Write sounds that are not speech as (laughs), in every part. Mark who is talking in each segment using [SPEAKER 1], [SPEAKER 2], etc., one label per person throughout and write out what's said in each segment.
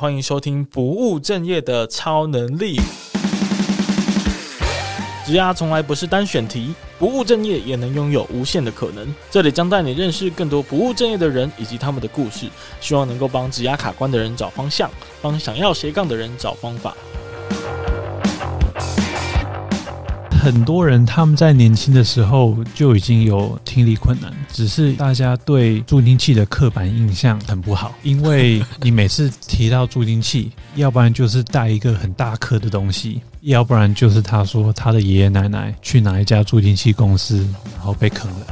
[SPEAKER 1] 欢迎收听不务正业的超能力。职涯从来不是单选题，不务正业也能拥有无限的可能。这里将带你认识更多不务正业的人以及他们的故事，希望能够帮职涯卡关的人找方向，帮想要斜杠的人找方法。
[SPEAKER 2] 很多人他们在年轻的时候就已经有听力困难，只是大家对助听器的刻板印象很不好，因为你每次提到助听器，要不然就是带一个很大颗的东西，要不然就是他说他的爷爷奶奶去哪一家助听器公司，然后被坑了。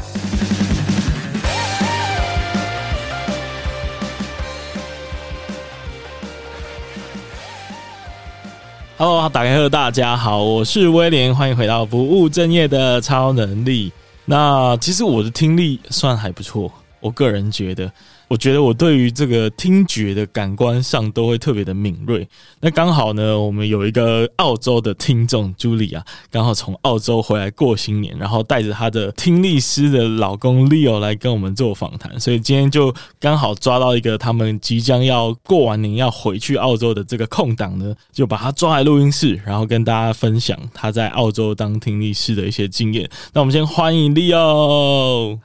[SPEAKER 1] Hello，打开后大家好，我是威廉，欢迎回到不务正业的超能力。那其实我的听力算还不错，我个人觉得，我觉得我对于这个听觉的感官上都会特别的敏锐。那刚好呢，我们有一个澳洲的听众茱莉亚，刚好从澳洲回来过新年，然后带着她的听力师的老公 Leo 来跟我们做访谈，所以今天就刚好抓到一个他们即将要过完年要回去澳洲的这个空档呢，就把他抓来录音室，然后跟大家分享他在澳洲当听力师的一些经验。那我们先欢迎 Leo。Hello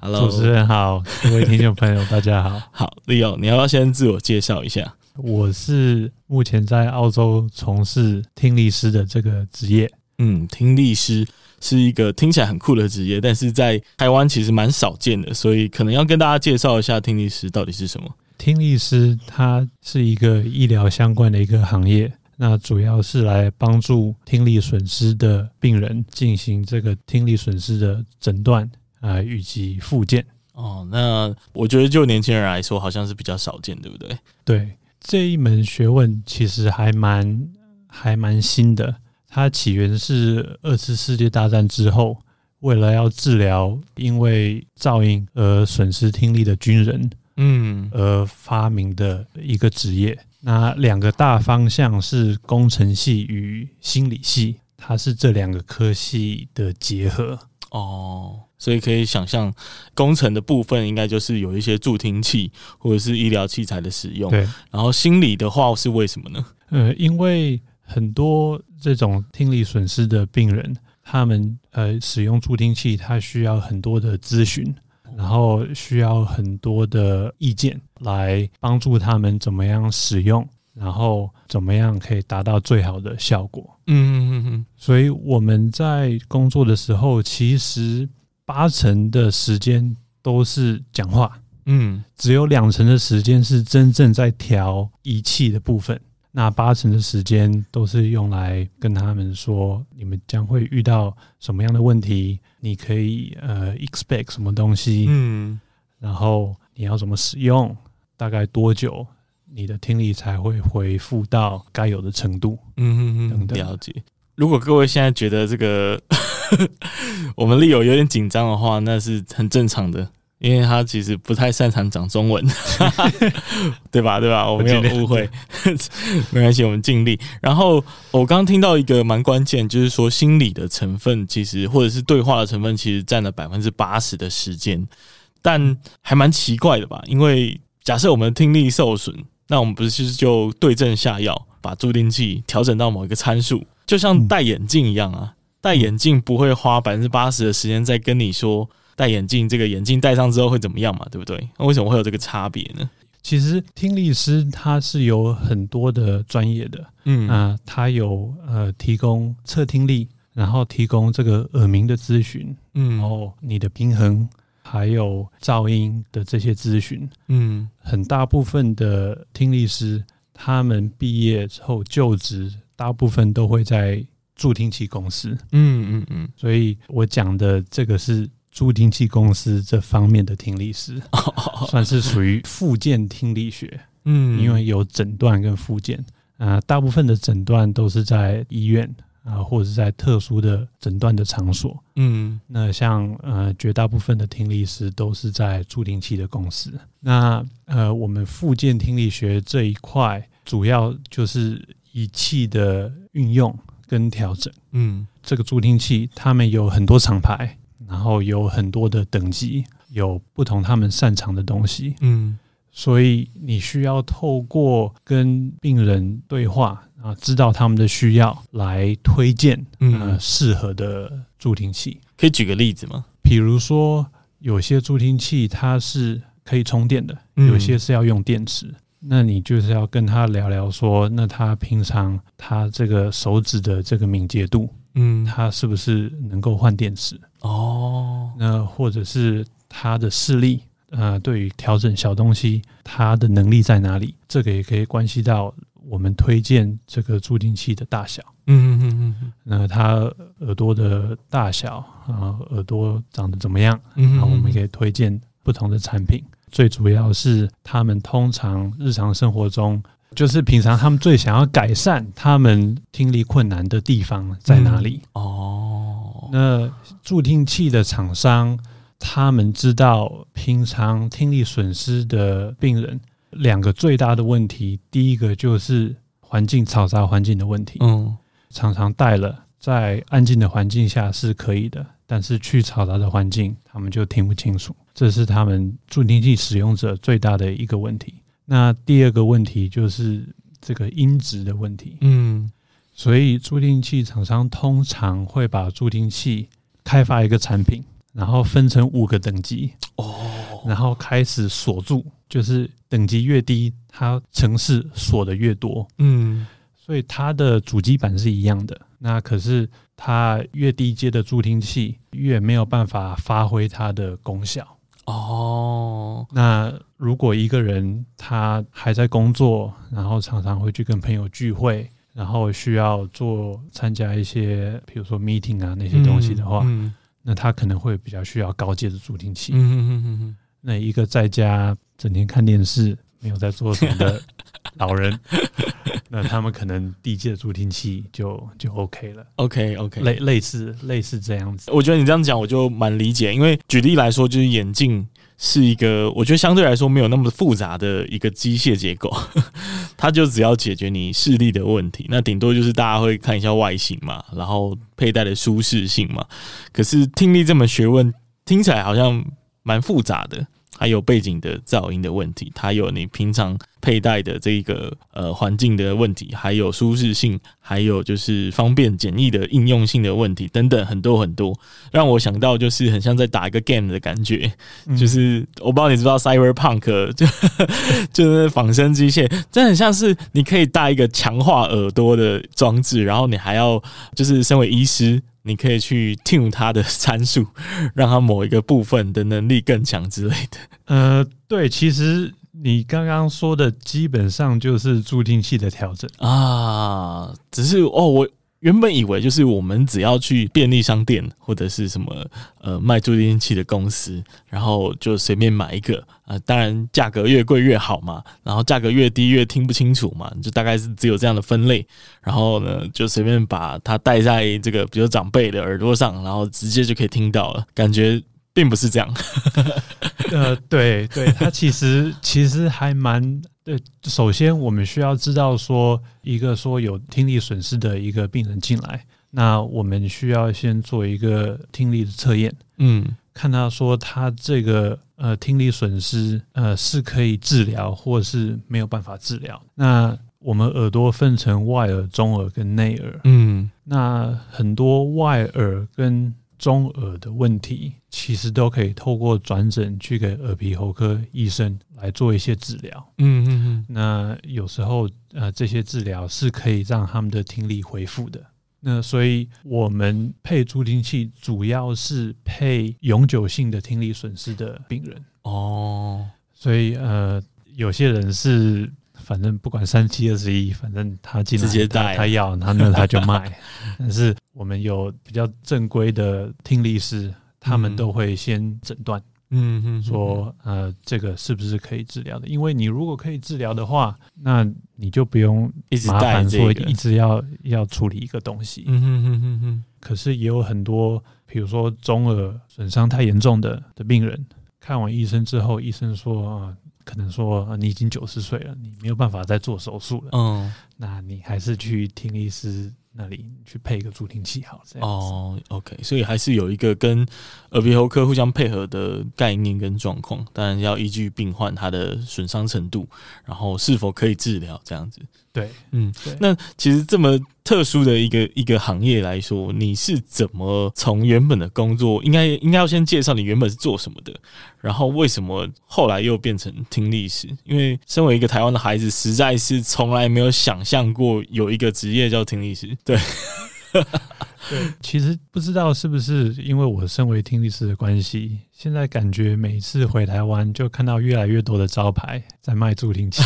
[SPEAKER 2] Hello，Hello，主持人好，各位听众朋友大家好，
[SPEAKER 1] 好，Leo，你要不要先自我介绍一下？
[SPEAKER 2] 我是目前在澳洲从事听力师的这个职业。
[SPEAKER 1] 嗯，听力师是一个听起来很酷的职业，但是在台湾其实蛮少见的，所以可能要跟大家介绍一下听力师到底是什么。
[SPEAKER 2] 听力师它是一个医疗相关的一个行业，那主要是来帮助听力损失的病人进行这个听力损失的诊断啊、呃以及复健。
[SPEAKER 1] 哦，那我觉得就年轻人来说，好像是比较少见，对不对？
[SPEAKER 2] 对这一门学问，其实还蛮还蛮新的。它起源是二次世界大战之后，为了要治疗因为噪音而损失听力的军人，
[SPEAKER 1] 嗯，
[SPEAKER 2] 而发明的一个职业。那两个大方向是工程系与心理系，它是这两个科系的结合。
[SPEAKER 1] 哦，所以可以想象，工程的部分应该就是有一些助听器或者是医疗器材的使用。
[SPEAKER 2] 对，
[SPEAKER 1] 然后心理的话是为什么呢？
[SPEAKER 2] 呃，因为很多这种听力损失的病人，他们呃使用助听器，他需要很多的咨询，然后需要很多的意见来帮助他们怎么样使用，然后怎么样可以达到最好的效果。
[SPEAKER 1] 嗯嗯嗯
[SPEAKER 2] 所以我们在工作的时候，其实八成的时间都是讲话，
[SPEAKER 1] 嗯，
[SPEAKER 2] 只有两成的时间是真正在调仪器的部分。那八成的时间都是用来跟他们说，你们将会遇到什么样的问题，你可以呃 expect 什么东西，
[SPEAKER 1] 嗯
[SPEAKER 2] 然后你要怎么使用，大概多久，你的听力才会恢复到该有的程度。
[SPEAKER 1] 嗯嗯嗯，
[SPEAKER 2] 等等
[SPEAKER 1] 了解。如果各位现在觉得这个 (laughs) 我们丽友有点紧张的话，那是很正常的，因为他其实不太擅长讲中文， (laughs) 对吧？对
[SPEAKER 2] (laughs)
[SPEAKER 1] 吧？我没有
[SPEAKER 2] 尽量
[SPEAKER 1] 误会， (laughs) 没关系，我们尽力。然后我刚刚听到一个蛮关键，就是说心理的成分其实或者是对话的成分，其实占了百分之八十的时间，但还蛮奇怪的吧？因为假设我们听力受损，那我们不是就对症下药，把助听器调整到某一个参数，就像
[SPEAKER 2] 嗯
[SPEAKER 1] 戴眼镜一样啊。戴眼镜不会花百分之八十的时间在跟你说戴眼镜这个眼镜戴上之后会怎么样嘛，对不对？那为什么会有这个差别呢？
[SPEAKER 2] 其实听力师他是有很多的专业的，
[SPEAKER 1] 嗯
[SPEAKER 2] 啊、他有呃提供测听力，然后提供这个耳鸣的咨询，
[SPEAKER 1] 嗯
[SPEAKER 2] 然后你的平衡，还有噪音的这些咨询。
[SPEAKER 1] 嗯
[SPEAKER 2] 很大部分的听力师，他们毕业之后就职，大部分都会在助听器公司，
[SPEAKER 1] 嗯嗯嗯，
[SPEAKER 2] 所以我讲的这个是助听器公司这方面的听
[SPEAKER 1] (laughs)
[SPEAKER 2] 力师，算是属于附件听力学。
[SPEAKER 1] 嗯
[SPEAKER 2] 因为有诊断跟复健啊、呃大部分的诊断都是在医院啊、或者是在特殊的诊断的场所。
[SPEAKER 1] 嗯
[SPEAKER 2] 那像呃，绝大部分的听力师都是在助听器的公司。那呃，我们复健听力学这一块，主要就是仪器的运用跟调整。
[SPEAKER 1] 嗯
[SPEAKER 2] 这个助听器，他们有很多厂牌，然后有很多的等级，有不同他们擅长的东西。
[SPEAKER 1] 嗯
[SPEAKER 2] 所以你需要透过跟病人对话啊，知道他们的需要，来推荐
[SPEAKER 1] 嗯
[SPEAKER 2] 呃，适合的助听器。
[SPEAKER 1] 可以举个例子吗？
[SPEAKER 2] 比如说，有些助听器它是可以充电的，
[SPEAKER 1] 嗯
[SPEAKER 2] 有些是要用电池。那你就是要跟他聊聊说，那他平常他这个手指的这个敏捷度，
[SPEAKER 1] 嗯，
[SPEAKER 2] 他是不是能够换电池？
[SPEAKER 1] 哦，
[SPEAKER 2] 那或者是他的视力，呃，对于调整小东西，他的能力在哪里？这个也可以关系到我们推荐这个助听器的大小。
[SPEAKER 1] 嗯嗯嗯嗯
[SPEAKER 2] 那他耳朵的大小啊、呃耳朵长得怎么样？
[SPEAKER 1] 嗯，
[SPEAKER 2] 然后我们可以推荐不同的产品。最主要是他们通常日常生活中，就是平常他们最想要改善他们听力困难的地方在
[SPEAKER 1] 嗯
[SPEAKER 2] 哪里？
[SPEAKER 1] 哦，
[SPEAKER 2] 那助听器的厂商，他们知道平常听力损失的病人两个最大的问题，第一个就是环境嘈杂环境的问题，
[SPEAKER 1] 嗯
[SPEAKER 2] 常常戴了在安静的环境下是可以的，但是去嘈杂的环境，他们就听不清楚，这是他们助听器使用者最大的一个问题。那第二个问题就是这个音质的问题，
[SPEAKER 1] 嗯
[SPEAKER 2] 所以助听器厂商通常会把助听器开发一个产品，然后分成五个等级，
[SPEAKER 1] 哦，
[SPEAKER 2] 然后开始锁住，就是等级越低，它城市锁的越多。
[SPEAKER 1] 嗯
[SPEAKER 2] 所以它的主机板是一样的，那可是它越低阶的助听器越没有办法发挥它的功效。
[SPEAKER 1] 哦，
[SPEAKER 2] 那如果一个人他还在工作，然后常常会去跟朋友聚会，然后需要做参加一些，比如说 meeting 啊那些东西的话，
[SPEAKER 1] 嗯
[SPEAKER 2] 那他可能会比较需要高阶的助听器。
[SPEAKER 1] 嗯嗯
[SPEAKER 2] 那一个在家整天看电视没有在做什么的
[SPEAKER 1] (laughs)
[SPEAKER 2] 老人，那他们可能低阶的助听器就就 OK 了，
[SPEAKER 1] ，OK OK，
[SPEAKER 2] 类类似类似这样子。
[SPEAKER 1] 我觉得你这样讲，我就蛮理解。因为举例来说，就是眼镜是一个，我觉得相对来说没有那么复杂的一个机械结构， (laughs) 它就只要解决你视力的问题，那顶多就是大家会看一下外形嘛，然后佩戴的舒适性嘛。可是听力这门学问听起来好像蛮复杂的。还有背景的噪音的问题，它有你平常佩戴的这个呃环境的问题，还有舒适性，还有就是方便简易的应用性的问题等等，很多很多。让我想到就是很像在打一个 game 的感觉，就是我不知道你知不知道 Cyberpunk (laughs) 就就是仿生机械，这很像是你可以戴一个强化耳朵的装置，然后你还要就是身为医师，你可以去 tune 它的参数，让它某一个部分的能力更强之类的。嗯
[SPEAKER 2] 呃，对，其实你刚刚说的基本上就是助听器的调整。
[SPEAKER 1] 啊，只是哦，我原本以为就是我们只要去便利商店或者是什么呃卖助听器的公司，然后就随便买一个啊、呃当然价格越贵越好嘛，然后价格越低越听不清楚嘛，就大概是只有这样的分类。然后呢，就随便把它戴在这个比如长辈的耳朵上，然后直接就可以听到了，感觉并不是这样。
[SPEAKER 2] 呃，对对，它其实其实还蛮对。首先，我们需要知道说，一个说有听力损失的一个病人进来，那我们需要先做一个听力的测验，
[SPEAKER 1] 嗯
[SPEAKER 2] 看他说他这个呃听力损失呃是可以治疗，或是没有办法治疗。那我们耳朵分成外耳、中耳跟内耳，
[SPEAKER 1] 嗯
[SPEAKER 2] 那很多外耳跟中耳的问题，其实都可以透过转诊去给耳鼻喉科医生来做一些治疗。
[SPEAKER 1] 嗯嗯
[SPEAKER 2] 那有时候呃，这些治疗是可以让他们的听力恢复的。那所以我们配助听器主要是配永久性的听力损失的病人，
[SPEAKER 1] 哦，
[SPEAKER 2] 所以呃，有些人是。反正不管三七二十一，反正他进来
[SPEAKER 1] 直接
[SPEAKER 2] 他
[SPEAKER 1] 带
[SPEAKER 2] 他要，他那他就
[SPEAKER 1] (laughs)
[SPEAKER 2] 卖。但是我们有比较正规的听力师，他们
[SPEAKER 1] 嗯
[SPEAKER 2] 都会先诊断，
[SPEAKER 1] 嗯嗯
[SPEAKER 2] 说呃这个是不是可以治疗的？因为你如果可以治疗的话，那你就不用
[SPEAKER 1] 一直
[SPEAKER 2] 麻
[SPEAKER 1] 戴
[SPEAKER 2] 烦
[SPEAKER 1] 这
[SPEAKER 2] 说
[SPEAKER 1] 个
[SPEAKER 2] 一。直要要处理一个东西。
[SPEAKER 1] 嗯哼哼哼哼，
[SPEAKER 2] 可是也有很多，比如说中耳损伤太严重的的病人，看完医生之后，医生说啊、可能说、啊你已经九十岁了，你没有办法再做手术了，
[SPEAKER 1] 嗯，
[SPEAKER 2] 那你还是去听医师那里你去配一个助听器好，这样子。
[SPEAKER 1] 哦，OK，所以还是有一个跟耳鼻喉科互相配合的概念跟状况，当然要依据病患他的损伤程度，然后是否可以治疗这样子。
[SPEAKER 2] 对，
[SPEAKER 1] 嗯
[SPEAKER 2] 对，
[SPEAKER 1] 那其实这么特殊的一个一个行业来说，你是怎么从原本的工作，应该应该要先介绍你原本是做什么的，然后为什么后来又变成听力师？因为身为一个台湾的孩子，实在是从来没有想象过有一个职业叫听力师。对，
[SPEAKER 2] 其实不知道是不是因为我身为听力师的关系，现在感觉每次回台湾就看到越来越多的招牌在卖助听器。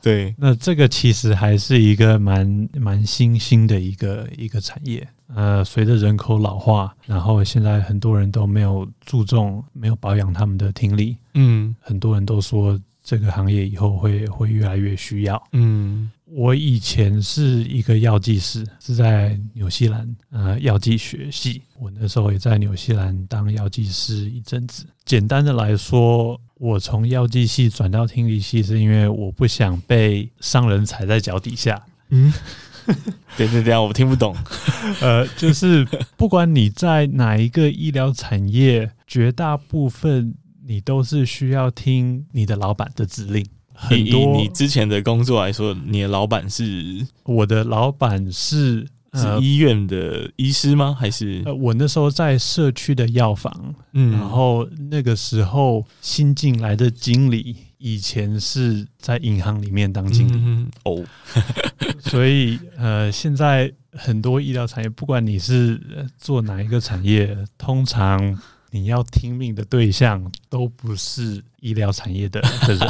[SPEAKER 1] 对，
[SPEAKER 2] 那这个其实还是一个蛮蛮新兴的一个一个产业。呃，随着人口老化，然后现在很多人都没有注重、没有保养他们的听力，
[SPEAKER 1] 嗯
[SPEAKER 2] 很多人都说这个行业以后会会越来越需要。
[SPEAKER 1] 嗯
[SPEAKER 2] 我以前是一个药剂师，是在纽西兰呃药剂学系。我那时候也在纽西兰当药剂师一阵子。简单的来说，我从药剂系转到听力系，是因为我不想被商人踩在脚底下。 (laughs)
[SPEAKER 1] 嗯，对对对啊，我听不懂。
[SPEAKER 2] 呃，就是不管你在哪一个医疗产业，绝大部分你都是需要听你的老板的指令。很
[SPEAKER 1] 以以 (laughs)
[SPEAKER 2] 多
[SPEAKER 1] 你之前的工作来说，你的老板是
[SPEAKER 2] 我的老板是
[SPEAKER 1] 是
[SPEAKER 2] 呃
[SPEAKER 1] 医院的医师吗？还是
[SPEAKER 2] 呃，我那时候在社区的药房，
[SPEAKER 1] 嗯
[SPEAKER 2] 然后那个时候新进来的经理以前是在银行里面当经理，
[SPEAKER 1] 嗯哦，
[SPEAKER 2] 所以呃，现在很多医疗产业，不管你是呃做哪一个产业，通常你要听命的对象都不是医疗产业
[SPEAKER 1] (laughs)
[SPEAKER 2] 的的人。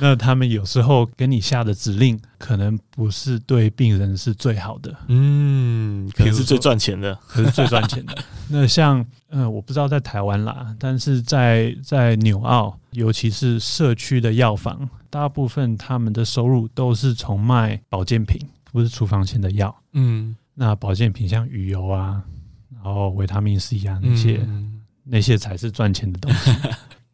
[SPEAKER 2] 那他们有时候给你下的指令，可能不是对病人是最好的，
[SPEAKER 1] 嗯，可能是最赚钱的，
[SPEAKER 2] 可是最赚钱的。那像嗯、呃我不知道在台湾啦，但是在在纽澳，尤其是社区的药房，大部分他们的收入都是从卖保健品，不是处方前的药。
[SPEAKER 1] (laughs) 嗯，
[SPEAKER 2] 那保健品像鱼油啊，然后维他命 C 啊那些，
[SPEAKER 1] 嗯
[SPEAKER 2] 那些才是赚钱的东西。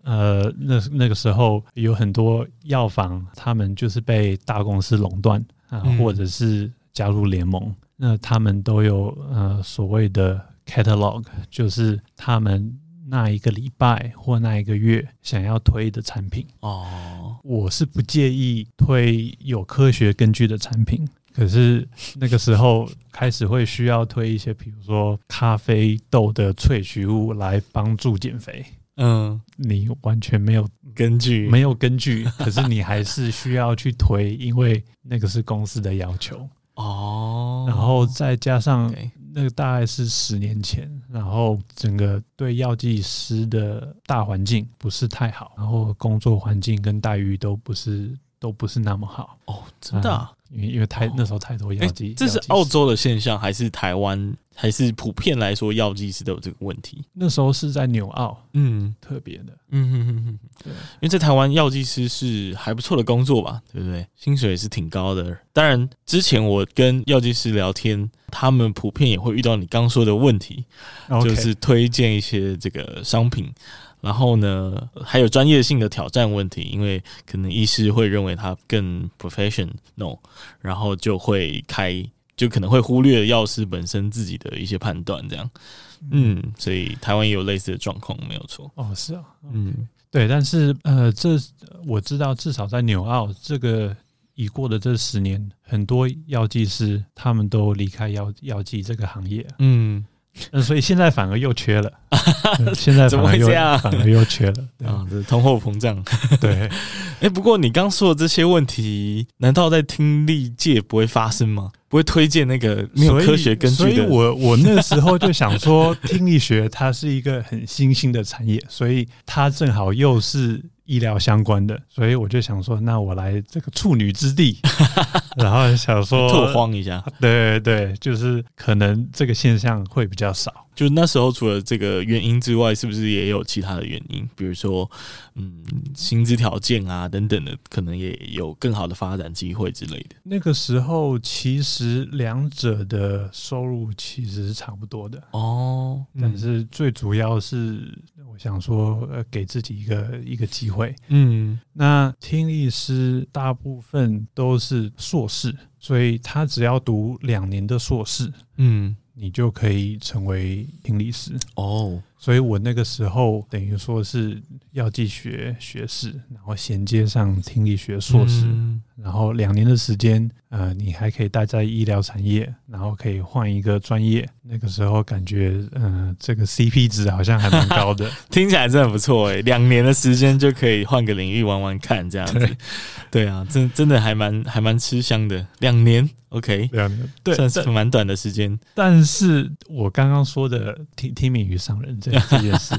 [SPEAKER 2] 呃，那那个时候有很多药房，他们就是被大公司垄断啊、
[SPEAKER 1] 嗯
[SPEAKER 2] 或者是加入联盟，那他们都有呃所谓的 catalog，就是他们那一个礼拜或那一个月想要推的产品。
[SPEAKER 1] 哦，
[SPEAKER 2] 我是不介意推有科学根据的产品，可是那个时候开始会需要推一些，比如说咖啡豆的萃取物来帮助减肥。
[SPEAKER 1] 嗯，
[SPEAKER 2] 你完全没有
[SPEAKER 1] 根据
[SPEAKER 2] 没有根据，可是你还是需要去推，因为那个是公司的要求。
[SPEAKER 1] 哦，
[SPEAKER 2] 然后再加上
[SPEAKER 1] OK
[SPEAKER 2] 那个大概是十年前，然后整个对药剂师的大环境不是太好，然后工作环境跟待遇都不是都不是那么好，
[SPEAKER 1] 哦，真的啊，
[SPEAKER 2] 因为因为太、
[SPEAKER 1] 哦
[SPEAKER 2] 那时候太多药
[SPEAKER 1] 哎
[SPEAKER 2] 剂，，
[SPEAKER 1] 这是
[SPEAKER 2] 药剂师
[SPEAKER 1] 澳洲的现象，还是台湾，还是普遍来说药剂师都有这个问题？
[SPEAKER 2] 那时候是在纽澳
[SPEAKER 1] 嗯
[SPEAKER 2] 特别的，
[SPEAKER 1] 嗯嗯
[SPEAKER 2] 对
[SPEAKER 1] 因为在台湾药剂师是还不错的工作吧，对不对？薪水也是挺高的。当然，之前我跟药剂师聊天，他们普遍也会遇到你刚说的问题，哦就
[SPEAKER 2] OK，
[SPEAKER 1] 是推荐一些这个商品。然后呢，还有专业性的挑战问题，因为可能医师会认为他更 professional，然后就会开，就可能会忽略药师本身自己的一些判断，这样。嗯，所以台湾也有类似的状况，没有错。
[SPEAKER 2] 哦是啊，
[SPEAKER 1] 嗯
[SPEAKER 2] 对，但是呃，这我知道，至少在纽澳这个已过的这十年，很多药剂师他们都离开药药剂这个行业，
[SPEAKER 1] 嗯，
[SPEAKER 2] 嗯，所以现在反而又缺
[SPEAKER 1] (laughs)
[SPEAKER 2] 了，对现在
[SPEAKER 1] 怎
[SPEAKER 2] 反
[SPEAKER 1] 么
[SPEAKER 2] 而
[SPEAKER 1] 会
[SPEAKER 2] 又
[SPEAKER 1] 这样
[SPEAKER 2] 反而又缺了，对
[SPEAKER 1] 啊，这是通货膨 (laughs) 胀。
[SPEAKER 2] 对，
[SPEAKER 1] 哎、不过你刚说的这些问题，难道在听力界不会发生吗？不会推荐那个没有
[SPEAKER 2] 所以
[SPEAKER 1] 科学根
[SPEAKER 2] 所
[SPEAKER 1] 据
[SPEAKER 2] 以
[SPEAKER 1] 的？
[SPEAKER 2] 我我那时候就想说，听力学它是一个很新兴的产业，所以它正好又是医疗相关的，所以我就想说，那我来这个处女之
[SPEAKER 1] (laughs)
[SPEAKER 2] 地，然后想说
[SPEAKER 1] 拓荒一下。
[SPEAKER 2] 对对，就是可能这个现象会比较少。
[SPEAKER 1] 就那时候除了这个原因之外，是不是也有其他的原因？比如说，嗯，薪资条件啊等等的，可能也有更好的发展机会之类的。
[SPEAKER 2] 那个时候其实两者的收入其实是差不多的，
[SPEAKER 1] 哦，
[SPEAKER 2] 但是最主要是我想说，呃，给自己一个一个机会。
[SPEAKER 1] 嗯，
[SPEAKER 2] 那听力师大部分都是硕士，所以他只要读两年的硕士，
[SPEAKER 1] 嗯，
[SPEAKER 2] 你就可以成为听力师。
[SPEAKER 1] 哦，
[SPEAKER 2] 所以我那个时候等于说是要继学学士，然后衔接上听力学硕士，
[SPEAKER 1] 嗯
[SPEAKER 2] 然后两年的时间，呃，你还可以待在医疗产业，然后可以换一个专业。那个时候感觉，呃，这个 CP 值好像还蛮高的。
[SPEAKER 1] 听起来真的不错诶，两年的时间就可以换个领域玩玩看，这样子。对啊，真真的还蛮还蛮吃香的，两年，OK，
[SPEAKER 2] 两年，对，
[SPEAKER 1] 算
[SPEAKER 2] 但
[SPEAKER 1] 是蛮短的时间。
[SPEAKER 2] 但是我刚刚说的听听敏与上人这这件事，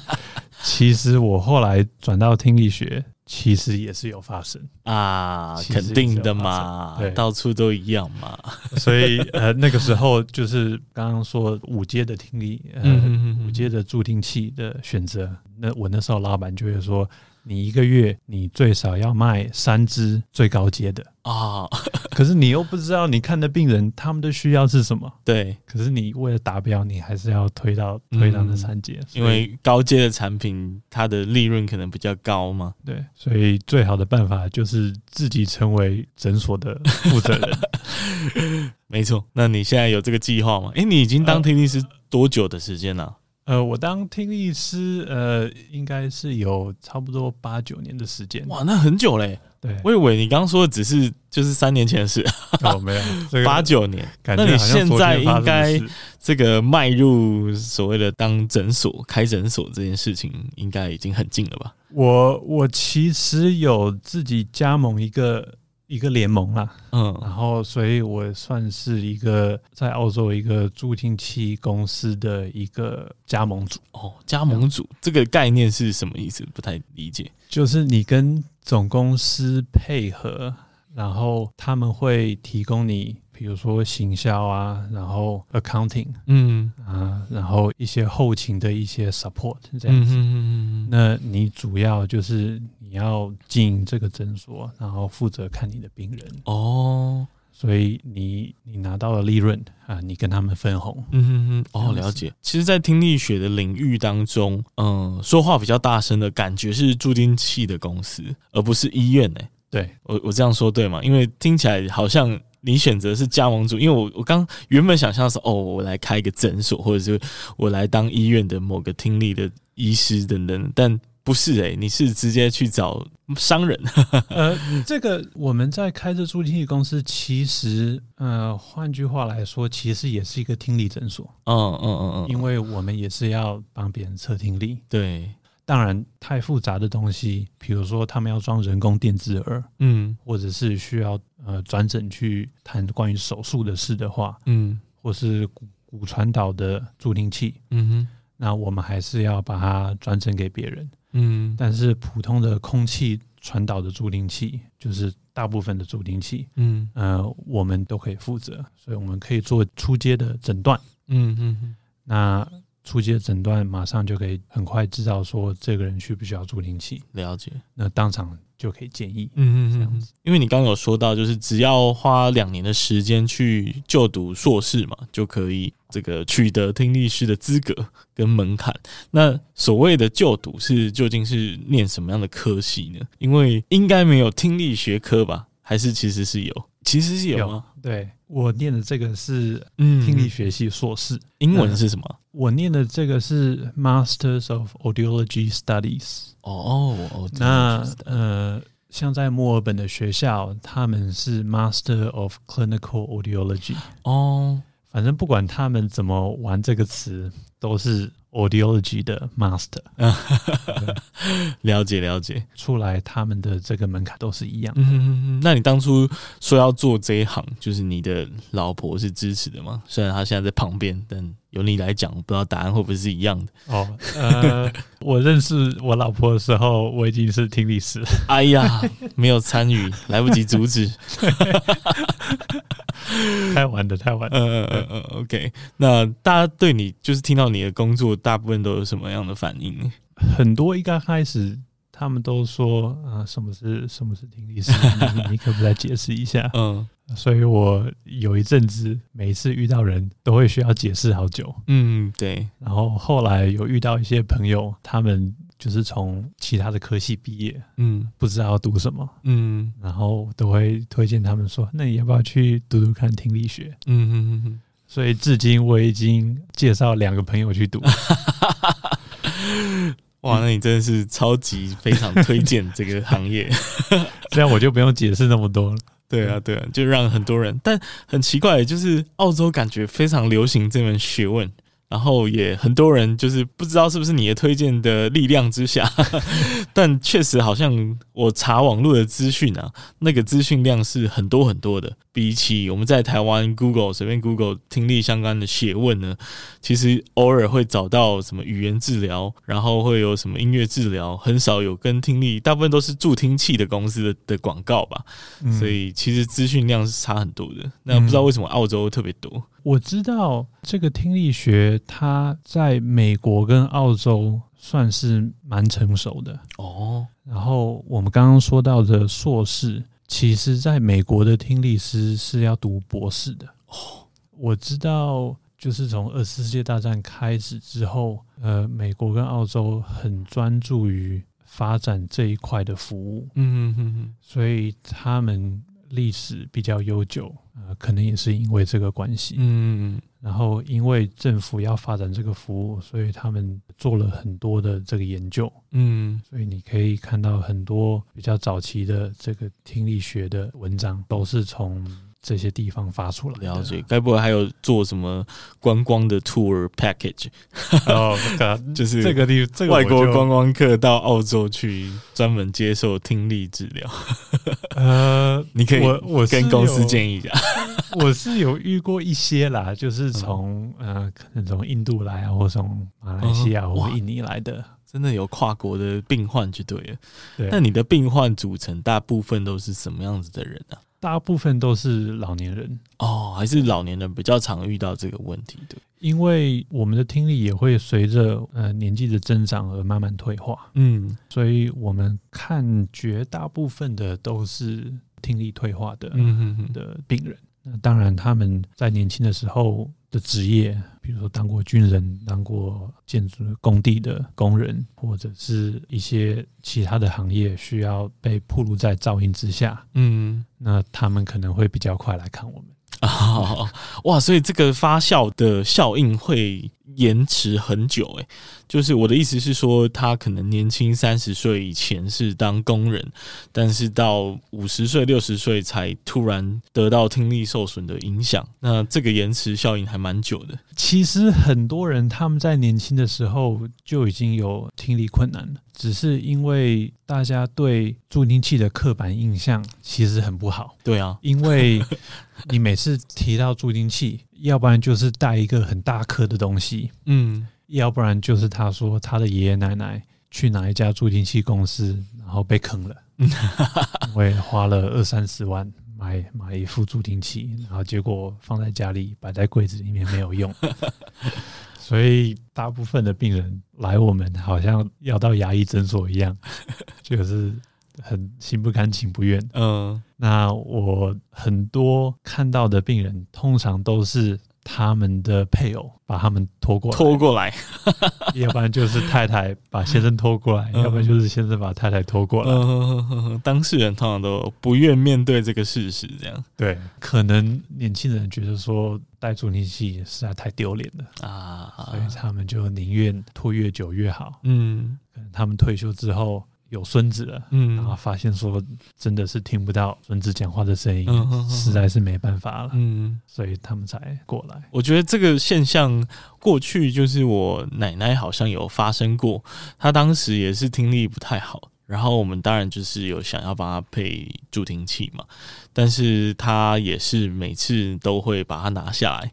[SPEAKER 2] 其实我后来转到听力学，其实也是有发生。
[SPEAKER 1] 啊，
[SPEAKER 2] 其实
[SPEAKER 1] 肯定的嘛
[SPEAKER 2] 是有发展，对
[SPEAKER 1] 到处都一样嘛。
[SPEAKER 2] 所以呃，那个时候就是刚刚说五阶的听力，呃，
[SPEAKER 1] 嗯
[SPEAKER 2] 五阶的助听器的选择。那我那时候老板就会说，你一个月你最少要卖三支最高阶的，
[SPEAKER 1] 啊，
[SPEAKER 2] 可是你又不知道你看的病人他们的需要是什么，
[SPEAKER 1] 对，
[SPEAKER 2] 可是你为了达标，你还是要推到推到那三阶，
[SPEAKER 1] 嗯
[SPEAKER 2] 所以
[SPEAKER 1] 因为高阶的产品它的利润可能比较高嘛。
[SPEAKER 2] 对，所以最好的办法就是自己成为诊所的负责
[SPEAKER 1] (laughs)
[SPEAKER 2] 人。
[SPEAKER 1] 没错，那你现在有这个计划吗？诶，你已经当
[SPEAKER 2] 呃
[SPEAKER 1] 听力师多久的时间了？
[SPEAKER 2] 呃，我当听力师，呃，应该是有差不多八九年的时间。
[SPEAKER 1] 哇，那很久嘞！
[SPEAKER 2] 对，
[SPEAKER 1] 我以为你刚刚说的只是就是三年前的事，
[SPEAKER 2] 哦，没有这个
[SPEAKER 1] 八九年。
[SPEAKER 2] 感觉
[SPEAKER 1] 那你
[SPEAKER 2] 好像
[SPEAKER 1] 现
[SPEAKER 2] 昨
[SPEAKER 1] 在
[SPEAKER 2] 天发生
[SPEAKER 1] 应
[SPEAKER 2] 的
[SPEAKER 1] 该
[SPEAKER 2] 事
[SPEAKER 1] 这个迈入所谓的当诊所、开诊所这件事情，应该已经很近了吧？
[SPEAKER 2] 我我其实有自己加盟一个一个联盟啦，然
[SPEAKER 1] 嗯，
[SPEAKER 2] 后所以我算是一个在澳洲一个助听器公司的一个加盟组，
[SPEAKER 1] 哦，加盟组这个概念是什么意思？不太理解。
[SPEAKER 2] 就是你跟总公司配合，然后他们会提供你，比如说行销啊，然后 accounting
[SPEAKER 1] 嗯，
[SPEAKER 2] 啊，然后一些后勤的一些 support 这样
[SPEAKER 1] 嗯
[SPEAKER 2] 子。
[SPEAKER 1] 嗯嗯嗯
[SPEAKER 2] 那你主要就是你要经营这个诊所，然后负责看你的病人，
[SPEAKER 1] 哦，
[SPEAKER 2] 所以你你拿到了利润啊，你跟他们分红。
[SPEAKER 1] 嗯嗯嗯，哦，
[SPEAKER 2] 这样子
[SPEAKER 1] 了解。其实，在听力学的领域当中，嗯，说话比较大声的感觉是助听器的公司，而不是医院呢、欸
[SPEAKER 2] 对，
[SPEAKER 1] 我我这样说对吗？因为听起来好像你选择是加盟主，因为我我刚原本想象是哦，我来开一个诊所，或者是我来当医院的某个听力的医师等等，但不是诶、你是直接去找商人， (laughs)
[SPEAKER 2] 呃，这个我们在开这助听器公司，其实呃，换句话来说，其实也是一个听力诊所，
[SPEAKER 1] 嗯嗯嗯嗯，
[SPEAKER 2] 因为我们也是要帮别人测听力。
[SPEAKER 1] 对，
[SPEAKER 2] 当然，太复杂的东西，比如说他们要装人工电子耳，
[SPEAKER 1] 嗯
[SPEAKER 2] 或者是需要呃转诊去谈关于手术的事的话，
[SPEAKER 1] 嗯
[SPEAKER 2] 或是骨骨传导的助听器，
[SPEAKER 1] 嗯哼
[SPEAKER 2] 那我们还是要把它转诊给别人。
[SPEAKER 1] 嗯
[SPEAKER 2] 但是普通的空气传导的助听器，就是大部分的助听器，
[SPEAKER 1] 嗯
[SPEAKER 2] 呃，我们都可以负责，所以我们可以做初阶的诊断。
[SPEAKER 1] 嗯嗯
[SPEAKER 2] 那初阶诊断马上就可以很快知道说这个人需不需要助听器，
[SPEAKER 1] 了解，
[SPEAKER 2] 那当场就可以建议。
[SPEAKER 1] 嗯
[SPEAKER 2] 这样子
[SPEAKER 1] 因为你刚刚有说到，就是只要花两年的时间去就读硕士嘛，就可以这个取得听力师的资格跟门槛。那所谓的就读是究竟是念什么样的科系呢？因为应该没有听力学科吧？还是其实是有？啊其实是有吗？
[SPEAKER 2] 对我念的这个是
[SPEAKER 1] 嗯
[SPEAKER 2] 听力学系硕士，
[SPEAKER 1] 英文是什么？
[SPEAKER 2] 我念的这个是 Masters of Audiology Studies。
[SPEAKER 1] 哦哦，听力学
[SPEAKER 2] 那
[SPEAKER 1] 是的
[SPEAKER 2] 呃，像在墨尔本的学校，他们是 Master of Clinical Audiology。
[SPEAKER 1] 哦，
[SPEAKER 2] 反正不管他们怎么玩这个词，都是 audiology 的 master
[SPEAKER 1] 了解了解。
[SPEAKER 2] 出来，他们的这个门槛都是一样的。
[SPEAKER 1] 嗯哼哼哼，那你当初说要做这一行，就是你的老婆是支持的吗？虽然她现在在旁边，但由你来讲，不知道答案会不会是一样的。
[SPEAKER 2] 哦，呃， (laughs) 我认识我老婆的时候，我已经是听力师了。 (laughs)
[SPEAKER 1] 哎呀，没有参与，来不及阻止。
[SPEAKER 2] 太晚了，太晚了。
[SPEAKER 1] 呃呃呃，OK，那大家对你就是听到你的工作，大部分都有什么样的反应呢？
[SPEAKER 2] 很多一刚开始，他们都说啊、什么是什么是听力师？你 (laughs) 你你可不可以来解释一下？
[SPEAKER 1] 嗯
[SPEAKER 2] 所以我有一阵子，每一次遇到人都会需要解释好久。
[SPEAKER 1] 嗯，对，
[SPEAKER 2] 然后后来有遇到一些朋友，他们就是从其他的科系毕业，
[SPEAKER 1] 嗯
[SPEAKER 2] 不知道要读什么，
[SPEAKER 1] 嗯
[SPEAKER 2] 然后都会推荐他们说：“那你要不要去读读看听力学
[SPEAKER 1] 嗯嗯嗯？”
[SPEAKER 2] 所以至今我已经介绍两个朋友去读，
[SPEAKER 1] 嗯，哇，那你真的是超级非常推荐这个行业。
[SPEAKER 2] 这样我就不用解释那么多了。
[SPEAKER 1] 对啊，对啊，就让很多人，但很奇怪，就是澳洲感觉非常流行这门学问，然后也很多人就是不知道是不是你的推荐的力量之下， (laughs) 但确实好像我查网络的资讯啊，那个资讯量是很多很多的，比起我们在台湾 Google 随便 Google 听力相关的学问呢，其实偶尔会找到什么语言治疗，然后会有什么音乐治疗，很少有跟听力，大部分都是助听器的公司的的广告吧。
[SPEAKER 2] 嗯
[SPEAKER 1] 所以其实资讯量是差很多的。那不知道为什么澳洲特别多。
[SPEAKER 2] 我知道这个听力学，它在美国跟澳洲算是蛮成熟的。
[SPEAKER 1] 哦，
[SPEAKER 2] 然后我们刚刚说到的硕士，其实在美国的听力师是要读博士的。我知道，就是从二次世界大战开始之后，呃，美国跟澳洲很专注于发展这一块的服务，
[SPEAKER 1] 嗯哼哼
[SPEAKER 2] 所以他们历史比较悠久。呃，可能也是因为这个关系。
[SPEAKER 1] 嗯
[SPEAKER 2] 然后因为政府要发展这个服务，所以他们做了很多的这个研究。
[SPEAKER 1] 嗯
[SPEAKER 2] 所以你可以看到很多比较早期的这个听力学的文章，都是从这些地方发出来的。
[SPEAKER 1] 了
[SPEAKER 2] (laughs)
[SPEAKER 1] 解。该不会还有做什么观光的 tour package，
[SPEAKER 2] 哦，
[SPEAKER 1] 就是
[SPEAKER 2] 这个地这个我
[SPEAKER 1] 外
[SPEAKER 2] 就
[SPEAKER 1] 国观光客到澳洲去专门接受听力治疗？
[SPEAKER 2] 呃，
[SPEAKER 1] (laughs) 你可以
[SPEAKER 2] 我我是
[SPEAKER 1] 跟公司
[SPEAKER 2] 有，
[SPEAKER 1] 建议一下。
[SPEAKER 2] (laughs)
[SPEAKER 1] 啊
[SPEAKER 2] 我是有遇过一些啦，就是从、呃可能从印度来啊，或从马来西亚、
[SPEAKER 1] 嗯
[SPEAKER 2] 或
[SPEAKER 1] 哇
[SPEAKER 2] 印尼来的。
[SPEAKER 1] 真的有跨国的病患就对了。
[SPEAKER 2] 对，
[SPEAKER 1] 那你的病患组成大部分都是什么样子的人啊？
[SPEAKER 2] 大部分都是老年人，
[SPEAKER 1] 哦，还是老年人比较常遇到这个问题的。
[SPEAKER 2] 因为我们的听力也会随着呃年纪的增长而慢慢退化。
[SPEAKER 1] 嗯
[SPEAKER 2] 所以我们看绝大部分的都是听力退化的、
[SPEAKER 1] 嗯哼哼
[SPEAKER 2] 的病人。那当然，他们在年轻的时候的职业，比如说当过军人、当过建筑工地的工人，或者是一些其他的行业，需要被暴露在噪音之下，
[SPEAKER 1] 嗯。
[SPEAKER 2] 那他们可能会比较快来看我们。
[SPEAKER 1] (laughs) 啊、哇！所以这个发酵的效应会延迟很久、欸，就是我的意思是说，他可能年轻三十岁以前是当工人，但是到五十岁、六十岁才突然得到听力受损的影响，那这个延迟效应还蛮久的。
[SPEAKER 2] 其实很多人他们在年轻的时候就已经有听力困难了，只是因为大家对助听器的刻板印象其实很不好，
[SPEAKER 1] 对啊，
[SPEAKER 2] 因为你每次提到助听器，要不然就是带一个很大颗的东西，
[SPEAKER 1] 嗯
[SPEAKER 2] 要不然就是他说他的爷爷奶奶去哪一家助听器公司，然后被坑了，因为花了二三十万。买买一副助听器，然后结果放在家里摆在柜子里面没有用，所以大部分的病人来我们好像要到牙医诊所一样，就是很心不甘情不愿。
[SPEAKER 1] 嗯、呃
[SPEAKER 2] 那我很多看到的病人，通常都是他们的配偶把他们拖过来，
[SPEAKER 1] 拖过来，
[SPEAKER 2] 要不然就是太太把先生拖过来，
[SPEAKER 1] 嗯
[SPEAKER 2] 要不然就是先生把太太拖过来。
[SPEAKER 1] 嗯， (laughs) 当事人通常都不愿面对这个事实，这样
[SPEAKER 2] 对，可能年轻人觉得说带助听器实在太丢脸了，所以
[SPEAKER 1] 啊，
[SPEAKER 2] 他们就宁愿拖越久越好。
[SPEAKER 1] 嗯
[SPEAKER 2] 可能他们退休之后有孙子了。然后
[SPEAKER 1] 嗯
[SPEAKER 2] 发现说真的是听不到孙子讲话的声音，
[SPEAKER 1] 嗯嗯嗯
[SPEAKER 2] 实在是没办法了，
[SPEAKER 1] 嗯。
[SPEAKER 2] 所以他们才过来。
[SPEAKER 1] 我觉得这个现象过去就是我奶奶好像有发生过，她当时也是听力不太好，然后我们当然就是有想要帮她配助听器嘛，但是她也是每次都会把它拿下来，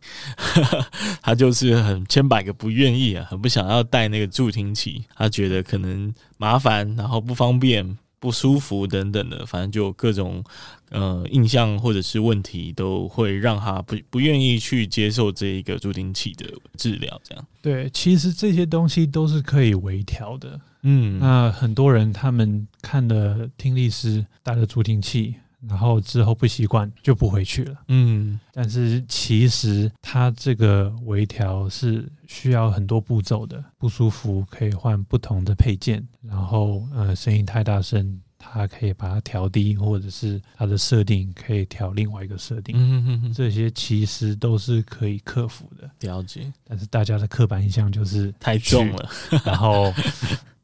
[SPEAKER 1] (laughs) 她就是很千百个不愿意啊，很不想要带那个助听器，她觉得可能麻烦，然后不方便。不舒服等等的，反正就有各种呃印象或者是问题，都会让他不不愿意去接受这一个助听器的治疗。这样，
[SPEAKER 2] 对，其实这些东西都是可以微调的。
[SPEAKER 1] 嗯
[SPEAKER 2] 那很多人他们看了听力师戴了助听器，然后之后不习惯就不回去了。
[SPEAKER 1] 嗯，
[SPEAKER 2] 但是其实它这个微调是需要很多步骤的，不舒服可以换不同的配件，然后呃声音太大声，它可以把它调低，或者是它的设定可以调另外一个设定，
[SPEAKER 1] 嗯哼哼哼，
[SPEAKER 2] 这些其实都是可以克服的。
[SPEAKER 1] 了解，
[SPEAKER 2] 但是大家的刻板印象就是，
[SPEAKER 1] 太重了，
[SPEAKER 2] (laughs) 然后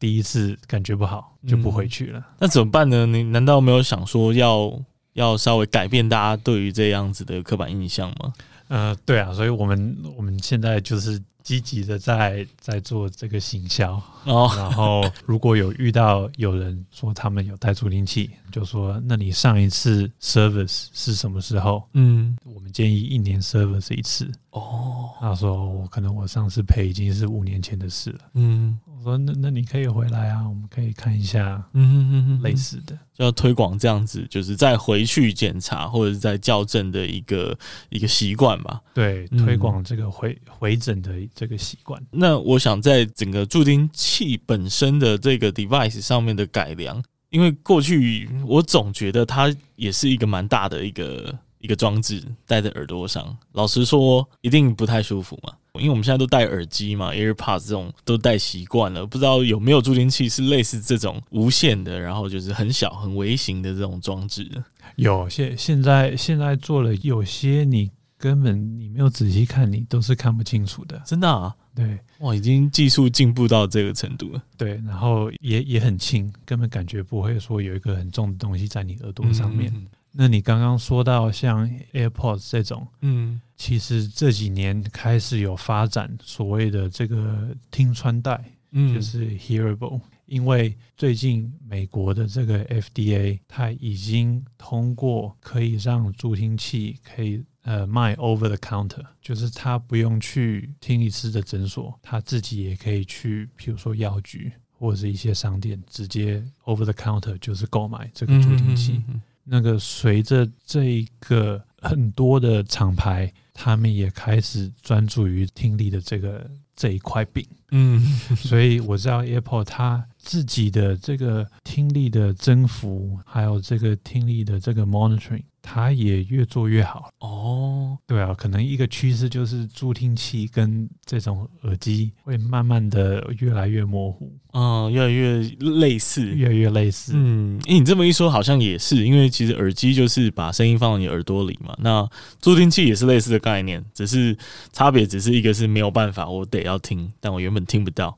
[SPEAKER 2] 第一次感觉不好就不回去了。
[SPEAKER 1] 那怎么办呢？你难道没有想说要要稍微改变大家对于这样子的刻板印象吗？
[SPEAKER 2] 呃，对啊，所以我们我们现在就是积极的在在做这个行销。
[SPEAKER 1] 哦，
[SPEAKER 2] 然后如果有遇到有人说他们有带助听器，就说那你上一次 service 是什么时候？
[SPEAKER 1] 嗯，
[SPEAKER 2] 我们建议一年 service 一次。
[SPEAKER 1] 哦，
[SPEAKER 2] 他说我可能我上次配已经是五年前的事了。
[SPEAKER 1] 嗯
[SPEAKER 2] 我说那那你可以回来啊，我们可以看一下
[SPEAKER 1] 嗯哼哼哼，
[SPEAKER 2] 类似的。
[SPEAKER 1] 就要推广这样子，就是再回去检查或者是在校正的一个一个习惯吧。
[SPEAKER 2] 对，
[SPEAKER 1] 嗯
[SPEAKER 2] 推广这个回回诊的这个习惯。
[SPEAKER 1] 那我想在整个助听器本身的这个 device 上面的改良，因为过去我总觉得它也是一个蛮大的一个一个装置戴在耳朵上，老实说一定不太舒服嘛。因为我们现在都戴耳机嘛，AirPods 这种都戴习惯了，不知道有没有助听器是类似这种无线的，然后就是很小很微型的这种装置。
[SPEAKER 2] 有现现在现在做了有些你根本你没有仔细看，你都是看不清楚的。
[SPEAKER 1] 真的啊，
[SPEAKER 2] 对
[SPEAKER 1] 哇，已经技术进步到这个程度了。
[SPEAKER 2] 对，然后也也很轻，根本感觉不会说有一个很重的东西在你耳朵上
[SPEAKER 1] 嗯
[SPEAKER 2] 面。那你刚刚说到像 AirPods 这种，
[SPEAKER 1] 嗯，
[SPEAKER 2] 其实这几年开始有发展所谓的这个听穿戴，
[SPEAKER 1] 嗯
[SPEAKER 2] 就是 hearable。因为最近美国的这个 FDA，它已经通过可以让助听器可以呃卖 over the counter，就是它不用去听医师的诊所，它自己也可以去，譬如说药局或者是一些商店，直接 over the counter 就是购买这个助听器。
[SPEAKER 1] 嗯嗯
[SPEAKER 2] 那个随着这一个很多的厂牌，他们也开始专注于听力的这个这一块饼，
[SPEAKER 1] 嗯嗯
[SPEAKER 2] 所以我知道 Apple 它自己的这个听力的增幅，还有这个听力的这个 monitoring，它也越做越好。
[SPEAKER 1] (laughs) 哦，
[SPEAKER 2] 对啊，可能一个趋势就是助听器跟这种耳机会慢慢的越来越模糊，
[SPEAKER 1] 嗯，越来越类似。
[SPEAKER 2] 越来越类似。
[SPEAKER 1] 嗯，诶，你这么一说，好像也是，因为其实耳机就是把声音放到你耳朵里嘛。那助听器也是类似的概念，只是差别只是一个是没有办法，我得要听，但我原本听不到；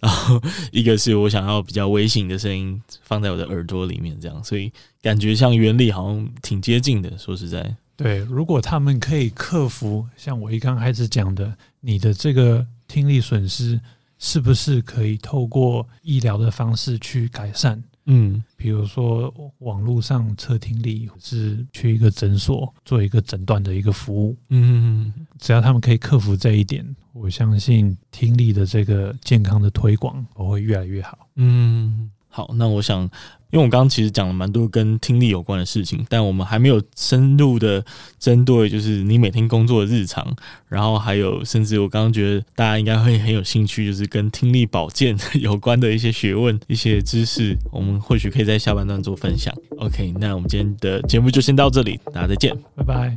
[SPEAKER 1] 然后一个是我想要比较微型的声音放在我的耳朵里面，这样，所以感觉像原理好像挺接近的。说实在，
[SPEAKER 2] 对，如果他们可以克服，像我一刚开始讲的，你的这个听力损失，是不是可以透过医疗的方式去改善？
[SPEAKER 1] 嗯
[SPEAKER 2] 比如说网络上测听力，或是去一个诊所做一个诊断的一个服务，
[SPEAKER 1] 嗯
[SPEAKER 2] 只要他们可以克服这一点，我相信听力的这个健康的推广我会越来越好。
[SPEAKER 1] 嗯，好，那我想，因为我刚刚其实讲了蛮多跟听力有关的事情，但我们还没有深入的针对，就是你每天工作的日常，然后还有甚至我刚刚觉得大家应该会很有兴趣，就是跟听力保健有关的一些学问、一些知识，我们或许可以在下半段做分享。OK，那我们今天的节目就先到这里，大家再见。
[SPEAKER 2] 拜拜。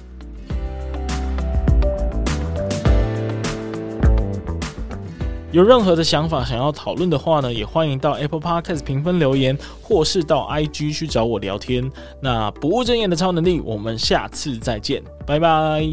[SPEAKER 1] 有任何的想法想要讨论的话呢，也欢迎到 Apple Podcast 评分留言，或是到 IG 去找我聊天。那不务正业的超能力，我们下次再见，拜拜。